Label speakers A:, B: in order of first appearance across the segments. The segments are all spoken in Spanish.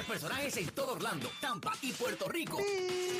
A: personajes en todo Orlando, Tampa y Puerto Rico.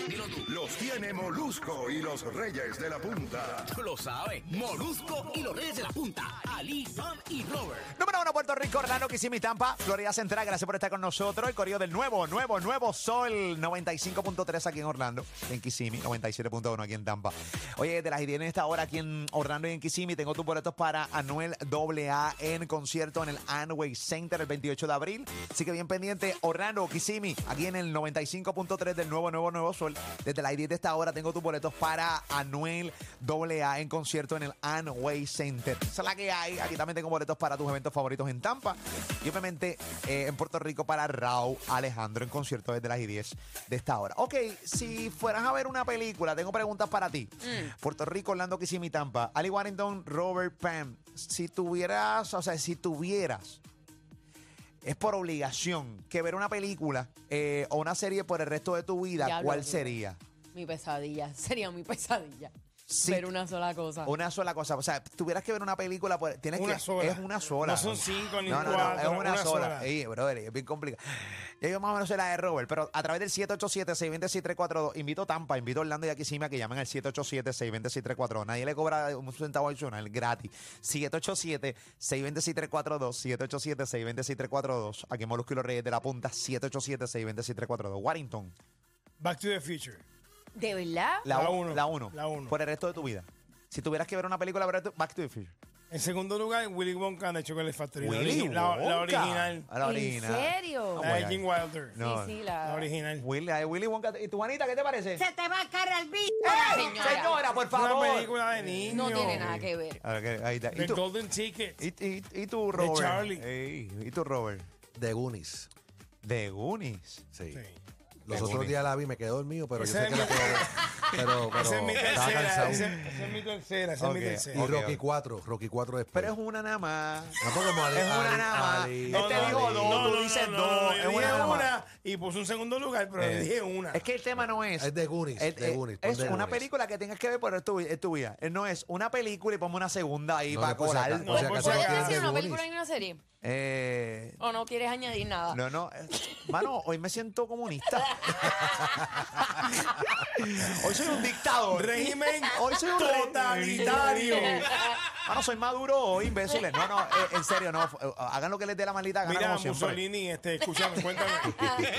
A: Dilo tú.
B: Los tiene Molusco y los Reyes de la Punta.
A: Tú lo sabes. Molusco y los Reyes de la Punta. Ali, Sam y Robert.
C: Número uno, Puerto Rico, Orlando, Kissimmee, Tampa, Florida Central. Gracias por estar con nosotros. El corrido del nuevo, nuevo, nuevo Sol 95.3 aquí en Orlando, en Kissimmee, 97.1 aquí en Tampa. Oye, de las que tienen esta hora aquí en Orlando y en Kissimmee, tengo tus boletos para Anuel AA en concierto en el Anway Center el 28 de abril. Así que bien pendiente, Orlando, Kissimmee, aquí en el 95.3 del nuevo, nuevo, nuevo Sol. Desde las 10 de esta hora tengo tus boletos para Anuel AA en concierto en el Anway Center. Esa es la que hay. Aquí también tengo boletos para tus eventos favoritos en Tampa. Y obviamente eh, en Puerto Rico para Raúl Alejandro en concierto desde las 10 de esta hora. Ok, si fueras a ver una película, tengo preguntas para ti. Puerto Rico, Orlando, Kissimmee, Tampa. Ali Warrington, Robert Pam. Si tuvieras, o sea, si tuvieras es por obligación que ver una película eh, o una serie por el resto de tu vida,
D: Diablo,
C: ¿cuál
D: tío.
C: sería?
D: Mi pesadilla. Sería mi pesadilla.
C: Sí.
D: Ver una sola cosa.
C: Una sola cosa, o sea, tuvieras que ver una película, por- tienes
E: Una
C: que
E: sola.
C: es una sola.
E: No son cinco ni
C: No, no, no,
E: cuatro,
C: es una,
E: una
C: sola.
E: sola.
C: Ey, brother, es bien complicado. Ya yo más o menos soy la de Robert, pero a través del 787-620-6342, invito a Tampa, invito a Orlando y aquí Sima que llamen al 787-620-6342. Nadie le cobra un centavo adicional, gratis. 787-620-6342, 787-620-6342. Aquí en Molusco y los Reyes de la Punta, 787-620-6342. Warrington,
E: Back to the Future.
D: ¿De verdad?
C: la
E: La
C: 1.
E: uno,
C: La 1.
E: la uno.
C: Por el resto de tu vida. Si tuvieras que ver una película, Back to the Future.
E: En segundo lugar, Willy Wonka and the Chocolate Factory. la
C: Willy
E: origi- la, la
C: Wonka.
E: original.
C: A la
D: ¿En
C: original.
D: serio?
C: Oh,
E: La
C: my
E: de Gene
C: God.
E: Wilder.
C: No.
D: Sí, sí,
E: La
D: la...
E: original.
C: Willy, ay, Willy Wonka. ¿Y tu Juanita, qué te parece?
F: Se te va a caer el bicho.
C: Señora,
D: Señora.
C: por favor.
E: Una película de niños.
D: No tiene nada que ver.
C: A ver, ahí está. ¿Y
E: El
C: tú,
E: Golden Ticket.
C: y, y- y tú, Robert?
E: Charlie.
C: Ey, ¿Y tú, Robert?
G: de Goonies.
C: De Goonies.
G: Sí.
E: Sí.
G: Los otros días la vi, me quedé dormido, pero yo
E: Ese
G: sé
E: es
G: que la
E: mi-
G: puedo ver. Pero, pero
E: Esa es mi
G: estaba
E: tercera.
G: cansado.
E: Esa esa es mi tercera. Esa es mi
C: Ok.
G: Y
E: tercera.
C: Ok,
G: Rocky
C: ok.
G: 4, Rocky 4 después.
C: Pero es una nada más.
G: Tampoco como Ali-
C: Es una
G: Ali-
C: nada más.
G: Ali-
C: Este
G: Ali.
C: dijo dos, tú dices dos.
E: yo
C: Es una
E: dije
C: nada más.
E: una y puse un segundo lugar, pero
C: Eh,
E: dije una.
C: Es que el tema no es.
G: Es de Goonies,
C: Es,
G: de
C: es-
G: Goonies, pon
C: es
G: de
C: una
G: Goonies.
C: película que tengas que ver por tu, es tu vida. Eh, No es una película y ponme una segunda ahí
G: No,
C: para
G: que por si
C: colar.
G: acaso-
E: por si
D: ¿Puedes
E: acaso
G: acá
D: decir
G: de
D: una
G: Goonies.
D: película y una serie?
C: Eh,
D: ¿O no quieres añadir
E: Ah.
D: nada?
C: No, no. eh, Mano, hoy me siento comunista. hoy soy un dictador.
E: Régimen
C: Hoy soy un rey.
E: totalitario.
C: Mano, soy maduro hoy, imbéciles. No, no, eh, en serio, no. eh, Hagan lo que les dé la maldita gana
E: Mira,
C: como siempre.
E: Mussolini, este, escúchame, cuéntame.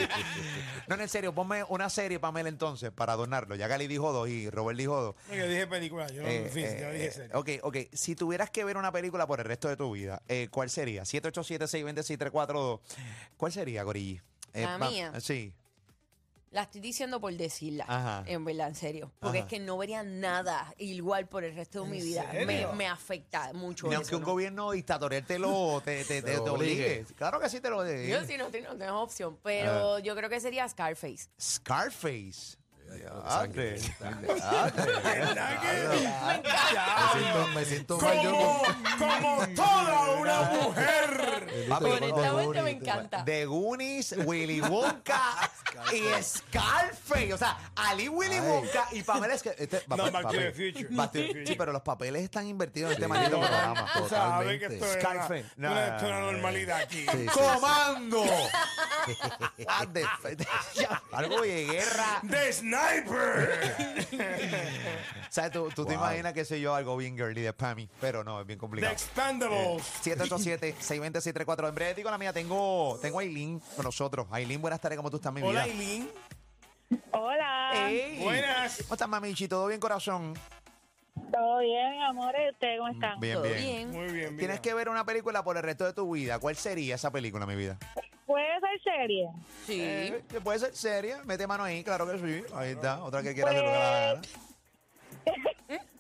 C: No, no, en serio, ponme una serie, Pamela, entonces, para donarlo. Ya Gali dijo dos y Robert dijo dos.
E: No, Yo dije película, yo,
C: Eh,
E: en fin,
C: eh,
E: yo
C: eh,
E: dije serie.
C: ok, ok. Si tuvieras que ver una película por el resto de tu vida, eh, ¿cuál sería? 787-620-6342. ¿Cuál sería, Gorilli? Eh,
D: La
C: va-
D: mía.
C: Sí.
D: La estoy diciendo por decirla.
C: Ajá.
D: En verdad, en serio. Porque
C: Ajá.
D: es que no vería nada igual por el resto de mi vida. Me, me afecta mucho.
C: Ni
D: eso,
C: aunque un
D: ¿no?
C: gobierno dictatorial te lo te, te, te-
G: Te
C: te
G: obligue.
C: obligue. Claro que sí te lo
D: Yo
C: obligue.
D: sí no, tengo no tengo opción, pero yo creo que sería Scarface.
C: Scarface.
G: sangre.
C: Diadre. Diadre.
G: Me siento, me siento mal yo
E: Como,
G: con-
E: como toda una mujer.
G: Bendito,
C: Papi,
G: yo con
D: Honestamente
G: Goonies,
D: me
G: tú sabes.
D: encanta.
C: The Goonies, Willy Wonka y Scarface. O sea, Ali Willy
G: Ay.
C: Wonka y Pamela es que. este- papel-
E: No, Back to the
C: papel.
E: Future.
C: Back to-
E: Back to the
C: Sí, pero los papeles están invertidos en este maldito
G: total-
C: programa.
E: Tú sabes
G: totalmente.
E: que esto es una,
C: Scarface. No,
E: una- esto es una
C: no, no, no.
E: normalidad aquí.
G: Sí, sí, sí.
C: ¡Comando! What the f- Ya, Algo de guerra.
E: The Sniper.
C: O sea, tú, tú te
G: Wow.
C: imaginas, qué sé yo, algo bien girly de Pammy, pero no, es bien
E: The
C: complicado.
E: Expendables.
C: 787-620-634. En breve digo la mía, tengo, tengo a Aileen con nosotros. Aileen, buenas tardes, ¿cómo tú estás, mi vida?
E: Hola, Eileen.
H: Hola,
C: Ey.
E: Buenas.
C: ¿Cómo estás, mamichi? ¿Todo bien, corazón?
H: ¿todo bien, amores? ¿Ustedes cómo están?
C: Mm, Bien,
D: Todo
C: bien.
D: bien.
E: Muy bien,
C: Tienes que ver una película por el resto de tu vida. ¿Cuál sería esa película, mi vida?
H: ¿Puede ser serie?
D: Sí.
C: Eh, puede ser seria, mete mano ahí, claro que sí. Ahí está, otra que quiera hacer
H: Pues-
C: lo que le da la gana.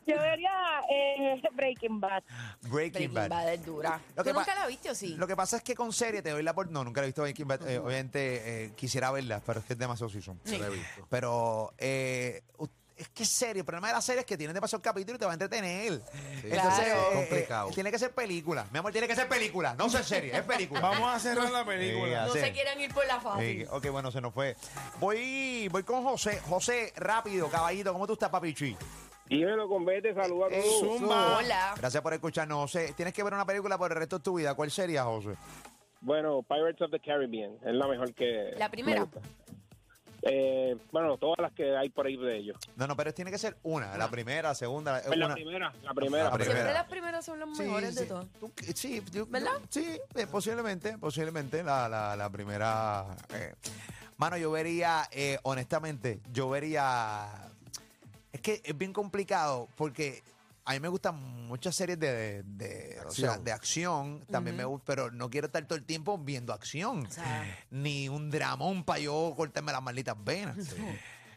H: Yo vería eh, Breaking Bad.
C: Breaking
D: Breaking
C: Bad.
D: Bad es dura.
C: Lo
D: ¿Tú
C: que
D: nunca
C: pa-
D: la viste o sí?
C: Lo que pasa es que con serie te doy la por... No, nunca la he visto Breaking Bad. Eh, obviamente eh, quisiera verla, pero es que es demasiado season.
G: Se la he visto.
C: Pero eh, u- es que es serio. El problema de la serie es que tienen demasiado capítulo y te va a entretener. Entonces,
G: Claro.
C: eh, eh,
G: Complicado.
C: tiene que ser película. Mi amor, tiene que ser película. No ser serie, es película.
E: Vamos a cerrar la película.
C: Eh,
D: No
C: hacer.
D: se quieran ir por la fácil.
C: Eh, ok, bueno, se nos fue. Voy voy con José. José, rápido, caballito. ¿Cómo tú estás, papichi?
I: Dímelo con vete, saluda a todos.
E: Zumba.
D: Hola.
C: Gracias por escucharnos, José. Tienes que ver una película por el resto de tu vida. ¿Cuál sería, José?
I: Bueno, Pirates of the Caribbean es la mejor que.
D: La primera.
I: me gusta. Eh, bueno, todas las que hay por ahí de ellos.
C: No, no, pero tiene que ser una, la primera, segunda, eh,
I: Pues la
C: una.
I: primera, la primera.
C: La primera.
D: Siempre las primeras son las mejores de
C: sí.
D: todas.
C: Tú- sí, yo-
D: ¿Verdad?
C: sí, eh, posiblemente, posiblemente la, la, la primera. eh. Mano, yo vería, eh, honestamente, yo vería. Es que es bien complicado porque a mí me gustan muchas series de, de, de- o sea,
G: Acción.
C: de acción. También me gusta, pero no quiero estar todo el tiempo viendo acción.
D: sea.
C: Ni un dramón para yo cortarme las malditas venas.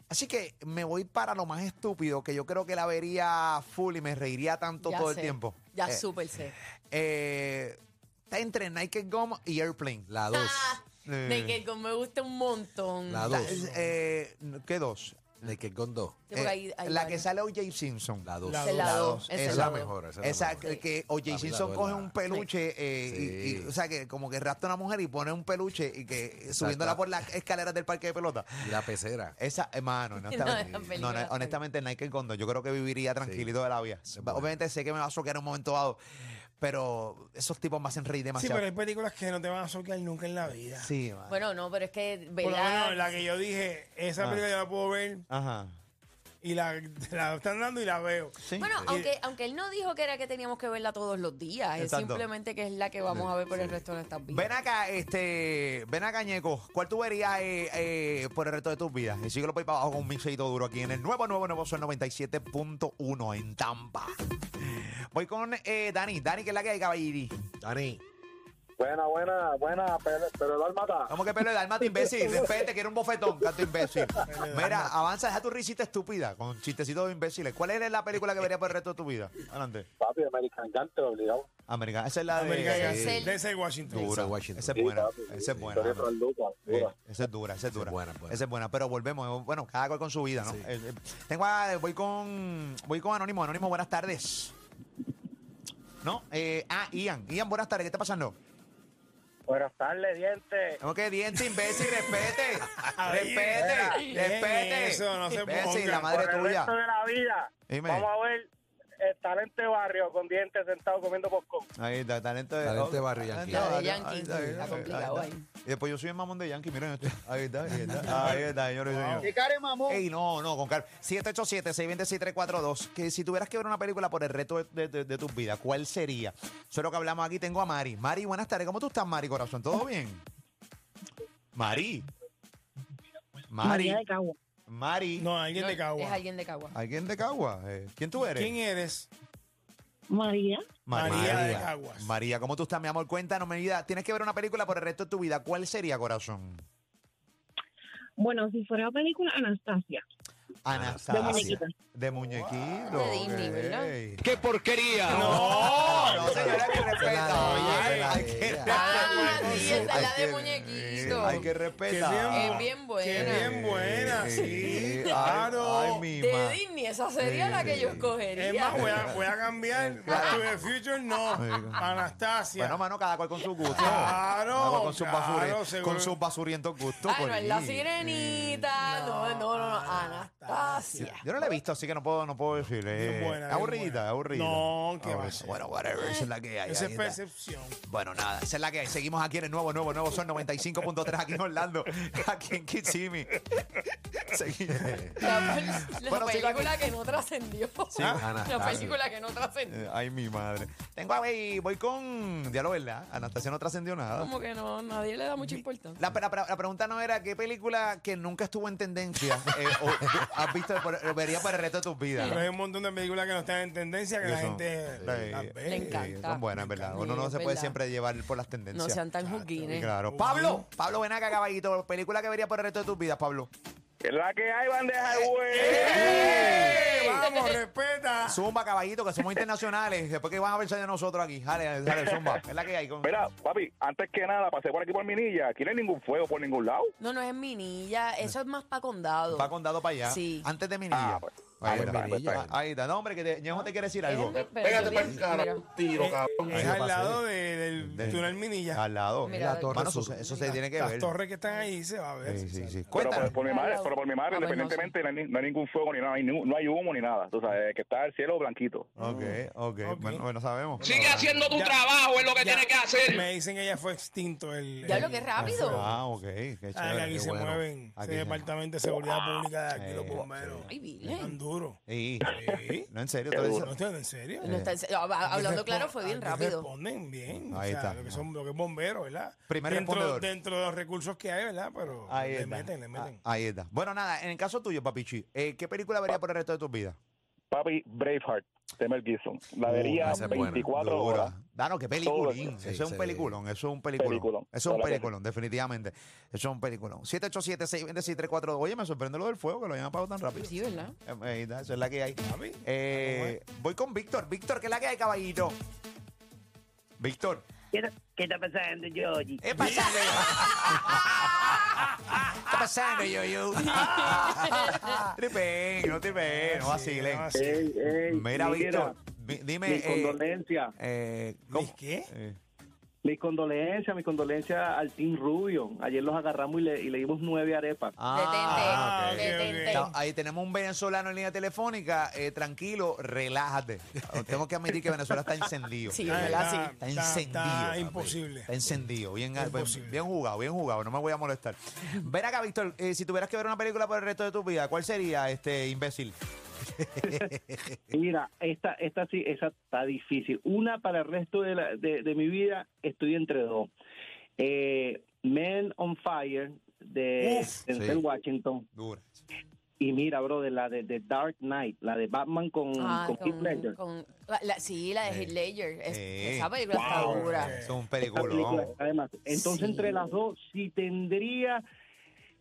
C: Así que me voy para lo más estúpido que yo creo que la vería full y me reiría tanto
D: Ya
C: todo el
D: sé,
C: tiempo.
D: Ya
C: Eh,
D: súper sé.
C: eh, está entre Naked Gum y Airplane.
G: La dos.
D: Ah,
C: Eh.
D: Naked Gun me gusta un montón.
G: La
C: La-
G: dos.
C: eh, ¿Qué dos?
G: Naked Gun 2.
D: Sí, porque
C: Eh,
D: hay- hay
C: la que
D: varias.
C: sale O.J. Simpson.
G: La 2.
D: Esa es la dos,
C: dos,
D: esa
C: esa
D: es
C: es
D: la
C: la
D: dos.
G: mejor. Esa, es la
C: Esa
G: mejor.
C: que- que O.J.
G: La
C: Simpson
G: verdad,
C: coge
G: verdad.
C: un peluche eh, y-
G: Sí.
C: y, o sea, que como que rapta a una mujer y pone un peluche y que subiéndola por las escaleras del parque de pelota.
G: Y la pecera.
C: Esa, hermano, honestamente,
D: No, la película
C: no, no,
D: está
C: honestamente Nike Kondo, yo creo que viviría tranquilito de la vida.
G: Es buena.
C: Obviamente sé que me va a soquear en un momento dado, pero esos tipos me hacen reír
E: Sí,
C: demasiado.
E: pero hay películas que no te van a soquear nunca en la vida.
C: Sí, mano.
D: Bueno, no, pero es que,
E: Por lo menos
D: ¿verdad?
E: la que yo dije, esa
C: Ah.
E: película yo la puedo ver
C: Ajá.
E: y la, la están dando y la veo.
C: Sí.
D: Bueno, aunque, aunque él no dijo que era que teníamos que verla todos los días, es
C: Exacto.
D: simplemente que es la que vamos a ver por el resto de nuestras vidas.
C: Ven acá, este, ven acá, Ñeco. ¿Cuál tú verías eh, eh, por el resto de tus vidas? Y síguelo por ahí para abajo con un mixeito duro aquí en el nuevo, nuevo, nuevo Sol 97.1 en Tampa. Voy con eh, Dani. Dani, que es la que hay, caballiri.
G: Dani.
I: Buena, buena, buena, pero, pero Dálmata.
C: ¿Cómo que pelo de Dalmata, imbécil? Respete, quiero un bofetón, canto imbécil. Mira, avanza, deja tu risita estúpida con chistecitos de imbéciles. ¿Cuál es la película que verías por el resto de tu vida? Adelante.
I: Papi, American Gante, obligado.
C: América, esa es la de...
E: American
D: Sí.
E: Gangster, de ese Washington.
G: Dura.
C: Dura.
G: Washington.
C: Esa es
I: Sí,
C: buena,
I: papi.
C: esa es buena.
I: Historia
C: mano.
I: Franluca,
C: Sí,
I: dura.
C: esa es dura, esa es dura.
G: buena, buena.
C: Esa es buena, pues. pero volvemos. eh, Bueno, cada cual con su vida, ¿no? Eh, eh, tengo a- eh, voy con voy con Anónimo. Anónimo, buenas tardes. ¿No? Eh, ah, Ian. Ian, buenas tardes. ¿Qué está pasando?
I: Buenas tardes, dientes.
C: Tengo que diente, imbécil, respete.
E: Ahí,
C: respete,
E: dejen
C: respete.
E: eso, no se
C: imbécil,
E: pongan.
C: la madre
I: Por el
C: tuya.
I: resto de la vida.
C: Dime.
I: Vamos a ver el talento de este barrio con dientes sentado comiendo popcorn.
C: Ahí está, talento de,
G: Talento de
C: oh,
G: barrio yankee.
C: talento
D: La de
C: barrio.
D: yankee,
C: Ahí
D: está
C: ahí
D: complicado
C: ahí
D: ahí.
C: está. Y después yo soy el mamón de Yankee, miren esto. Ahí está, ahí está, ahí está, señores y señores.
I: care, mamón!
C: Ey, no, no, con calma. 787-626-342. Que si tuvieras que ver una película por el resto de, de- de tus vidas, ¿cuál sería? Eso es lo que hablamos aquí. Tengo a Mari. Mari, buenas tardes. ¿Cómo tú estás, Mari, corazón? ¿Todo bien? Mari. Mari.
H: María de Cabo.
C: Mari.
E: No, alguien
D: No,
E: de Cagua.
D: Es alguien de Cagua.
C: ¿Alguien de Cagua? Eh, ¿Quién tú eres?
E: ¿Quién eres?
H: María.
E: María de
C: María.
E: Caguas.
C: María, ¿cómo tú estás, mi amor? Cuéntanos, mi vida. Tienes que ver una película por el resto de tu vida. ¿Cuál sería, corazón?
H: Bueno, si fuera película, Anastasia.
C: Anastasia.
H: muñequito.
C: De muñequito.
D: De Disney, ¿verdad?
C: ok.
A: ¡Qué porquería!
C: No, no, señora, que
G: Esa es la
C: respeta.
G: de
C: Oye,
G: ella,
C: hay,
G: esa es
C: que
G: la de ella.
D: Ah,
C: respetar.
D: sí, esa es la
C: Hay
D: de
C: que-
D: muñequito.
C: Hay que Ah,
E: Que
D: Es
C: respetar.
D: bien
E: Qué
D: buena.
E: bien buena, sí,
C: Ay,
E: claro.
C: Ay, mi
D: De
C: ma.
D: Disney, esa sería la que yo escogería.
E: Es más, voy a, voy a cambiar. Back to the Future, no.
C: claro.
E: Anastasia.
C: Bueno, mano, cada cual con su gusto.
E: Claro,
C: Cada cual con sus
E: claro,
C: basuri-
E: seguro.
C: con sus basurientos gustos.
D: Ay, no,
C: por
D: es la
C: ahí.
D: sirenita. No, no, no, no, Anastasia.
C: Yo no la he visto, así que no puedo, no puedo decirle.
E: Bien buena, bien buena.
C: aburrida, aburrida.
E: No, ¿qué va a
C: Aburrida.
E: ser?
C: Bueno, whatever, esa es la que hay. ahí
E: Esa es
C: está.
E: percepción.
C: Bueno, nada, esa es la que hay. Seguimos aquí en el nuevo, nuevo, nuevo. Son 95.3 aquí en Orlando, aquí en Kissimmee. Seguimos.
D: La, la
C: Bueno, sigo aquí.
D: película que no trascendió.
G: Anastasia.
D: La película que no trascendió.
C: Eh, Ay, mi madre. Tengo a ver, voy con. Diablo, ¿verdad? Anastasia no trascendió nada.
D: Como que no, nadie le da mucha importancia.
C: La, la- la pregunta no era qué película que nunca estuvo en tendencia eh, o, has visto, por- verías para el resto de tus vidas.
E: Pero hay un montón de películas que no están en tendencia que la
C: Eso.
E: gente
C: Sí.
E: las ve.
D: Le encanta.
C: Sí, son buenas, ¿verdad?
D: encanta.
C: Uno no
D: Sí,
C: se
D: es
C: puede
D: verdad.
C: siempre llevar por las tendencias.
D: no sean tan juguines.
C: Claro. Pablo, Pablo, ven acá, caballito. Película que verías por el resto de tus vidas, Pablo.
I: Es la que hay, bandeja de güey.
E: ¡Eh! Vamos, respeta.
C: Zumba, caballito, que somos internacionales. Después que van a pensar de nosotros aquí. Dale, dale, zumba. Es la que hay. Con...
I: Mira, papi, antes que nada, pasé por aquí por Minilla. Aquí no hay ningún fuego por ningún lado.
D: No, no es en Minilla. Eso es más para condado.
C: Va condado para allá.
D: Sí.
C: Antes de Minilla.
I: Ah, pues.
C: Ahí
G: Ay,
C: está.
G: Mirilla.
C: Ah, Ahí está. No, hombre, que te, Ñejo te quiere decir algo.
D: Déjame, pero eh,
I: Pégate
D: yo
I: para
D: bien-
I: el cara,
D: mira,
I: tiro, cabrón.
E: Es
G: Ahí
E: al
G: pasé.
E: lado de- del
C: Del-
E: túnel Minilla.
C: Al lado.
D: Mira,
G: la torre
C: Mano,
G: sur.
C: eso, se- eso se tiene que
E: Las
C: ver.
E: torres que están ahí se va a ver.
C: Sí, sí, sí.
F: Pero
C: Cuéntanos.
F: por, por mi madre, pero por mi madre,
D: Ah, pues no
F: independientemente, no, hay, ni- no hay ningún fuego ni nada, hay ni- no hay humo ni nada. Tú sabes, que está el cielo blanquito.
C: Ok, ok.
E: Ok.
C: Bueno, bueno, sabemos.
J: Sigue haciendo tu
E: Ya.
J: trabajo, es lo que
E: Ya.
J: tienes que hacer.
E: Me dicen que ya fue extinto el.
D: Ya
E: el-
D: lo que es rápido.
C: Ah, ok. Qué
E: Ah, que
C: chévere.
E: aquí
C: qué
E: se
C: bueno.
E: mueven.
C: Aquí
E: Ese
C: se-
E: departamento de seguridad pública de aquí, los
C: Eh,
E: bomberos.
D: Ay,
E: Tan
D: Virgen.
E: duro.
C: Sí.
E: Sí.
C: No, en serio. ¿Tú dices-
E: ¿No estoy en serio?
D: No
C: Eh.
D: está en serio. Ah, ah, Hablando
E: Respon-
D: claro, fue bien
E: aquí
D: rápido.
E: Responden bien.
C: Ahí
E: Ahí
C: está.
E: está. Lo que, son, lo que es bomberos, ¿verdad?
C: Primer
E: dentro,
C: respondedor.
E: Dentro de los recursos que hay, ¿verdad? Pero
C: Ahí
E: le
C: está.
E: meten, le meten.
C: Ah, Ahí está. Bueno, nada, en el caso tuyo, Papichi, eh, ¿qué película verías por el resto de tus vidas?
F: Papi Braveheart, de Mel Gibson.
C: Uh,
F: La vería
G: esa es buena,
F: 24
C: Dura.
F: horas.
C: Dano, Ah, qué peliculín.
F: Todo.
C: eso es
G: Sí,
C: un
G: sí.
C: peliculón, eso es un peliculón.
F: Peliculón.
C: Eso es un
F: Claro que
C: peliculón, definitivamente. Eso es un peliculón. 787-626-342. Oye, me sorprende lo del fuego, que lo hayan apagado tan rápido.
D: Sí, ¿verdad?
C: Eh, ahí está, Eso es la que hay.
E: Papi,
C: Eh, voy con Víctor. Víctor, ¿qué es la que hay, caballito? Víctor.
I: ¿Qué, está pasando, Georgie?
C: ¿Qué pasa? ¿Qué pasando, yo, yo? Tripen, no tripen, no vacilen.
E: así.
I: Ey, ey,
C: Mira, Víctor, di-
I: Mis
C: dime. eh,
I: condolencias,
C: eh,
E: ¿Mis qué?
C: Eh,
I: mis condolencias, mis condolencias al Team Rubio. Ayer los agarramos y le, y le dimos nueve arepas.
C: ah,
E: Detente,
C: ok.
E: detente.
C: Ta- Ahí tenemos un venezolano en línea telefónica. eh, tranquilo, relájate. Tengo que admitir que Venezuela está encendido.
D: Sí,
E: Ah,
D: ¿verdad?
E: está-
C: Está
D: Sí.
E: está-
C: encendido.
E: está
C: papi.
E: imposible.
C: Está encendido. Bien, bien-
E: Imposible.
C: bien jugado, bien jugado. No me voy a molestar. Ven acá, Víctor. eh, si tuvieras que ver una película por el resto de tu vida, ¿cuál sería este imbécil?
I: Mira, esta, esta sí, esa está difícil. Una para el resto de, la- de, de mi vida, estoy entre dos. Eh, Men on Fire de
E: Uf,
I: Denzel
G: sí.
I: Washington.
C: Dura.
I: Y mira, bro, de la de, de Dark Knight, la de Batman con,
D: Ah,
I: con, Heath Ledger.
D: con, con- la- la- sí, la de Heath Ledger. Es-
C: Eh.
D: Esa película está
E: Wow.
D: dura.
E: Eh.
C: Es un
I: Esta película
C: peliculón.
I: está de más. Entonces,
D: Sí.
I: entre las dos, si tendría,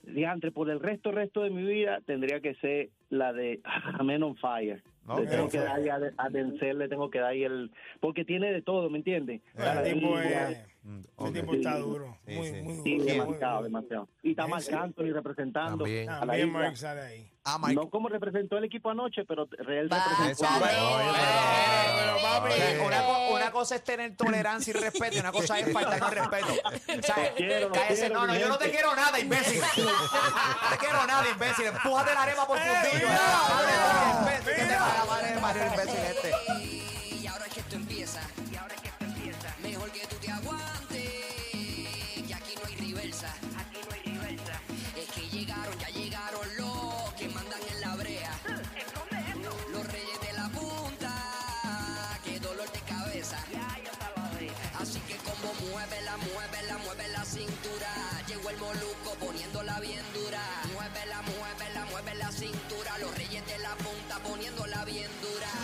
I: diantre, por el resto, resto de mi vida, tendría que ser la de Men on Fire.
C: No,
I: le
C: Men
I: tengo
E: on
I: que
E: Fire.
I: dar ahí a, a Denzel, le tengo que dar ahí el... Porque tiene de todo, ¿me entiendes?
E: Bueno, el tipo
I: Gringa,
E: es-
C: Mm,
E: El
C: ok.
E: tipo está duro.
C: Sí,
E: muy,
C: sí.
E: muy
I: Sí,
E: duro. muy
I: demasiado,
E: duro.
I: demasiado. Y está
E: Sí,
I: Marc
E: sí.
I: Anthony representando
G: También.
I: a la
E: También
I: isla.
E: Mark sale ahí.
C: Ah, Mike.
I: No como representó el equipo anoche, pero real
D: Va,
I: representó.
D: va,
C: Oye,
D: va,
E: pero,
D: va,
E: papi,
D: va,
C: Oye,
D: va.
C: una, co- una cosa es tener tolerancia y respeto y una cosa es faltar con respeto. O sea,
I: Te quiero, te
C: cállese.
I: quiero,
C: no, no,
I: mi
C: yo no te
I: gente.
C: quiero nada, imbécil. No te quiero nada, imbécil. Empújate la arena por tu
E: ¡Eh,
C: fundillo.
E: mira!
C: Dale, dale, respeto. Que te
E: Mira.
C: va la madre de Mario, el imbécil este.
J: Y ahora es que esto empieza, y ahora es que esto empieza. Mejor que tú te aguantes, y aquí no hay reversa. Aquí no hay reversa. Es que llegaron, ya llegaron los que mandan en la brea. Los reyes de la punta, qué dolor de cabeza. Así que como muévela, muévela, mueve la cintura. Llegó el moluco poniéndola bien dura. Muévela, muévela, mueve la cintura. Los reyes de la punta poniéndola bien dura.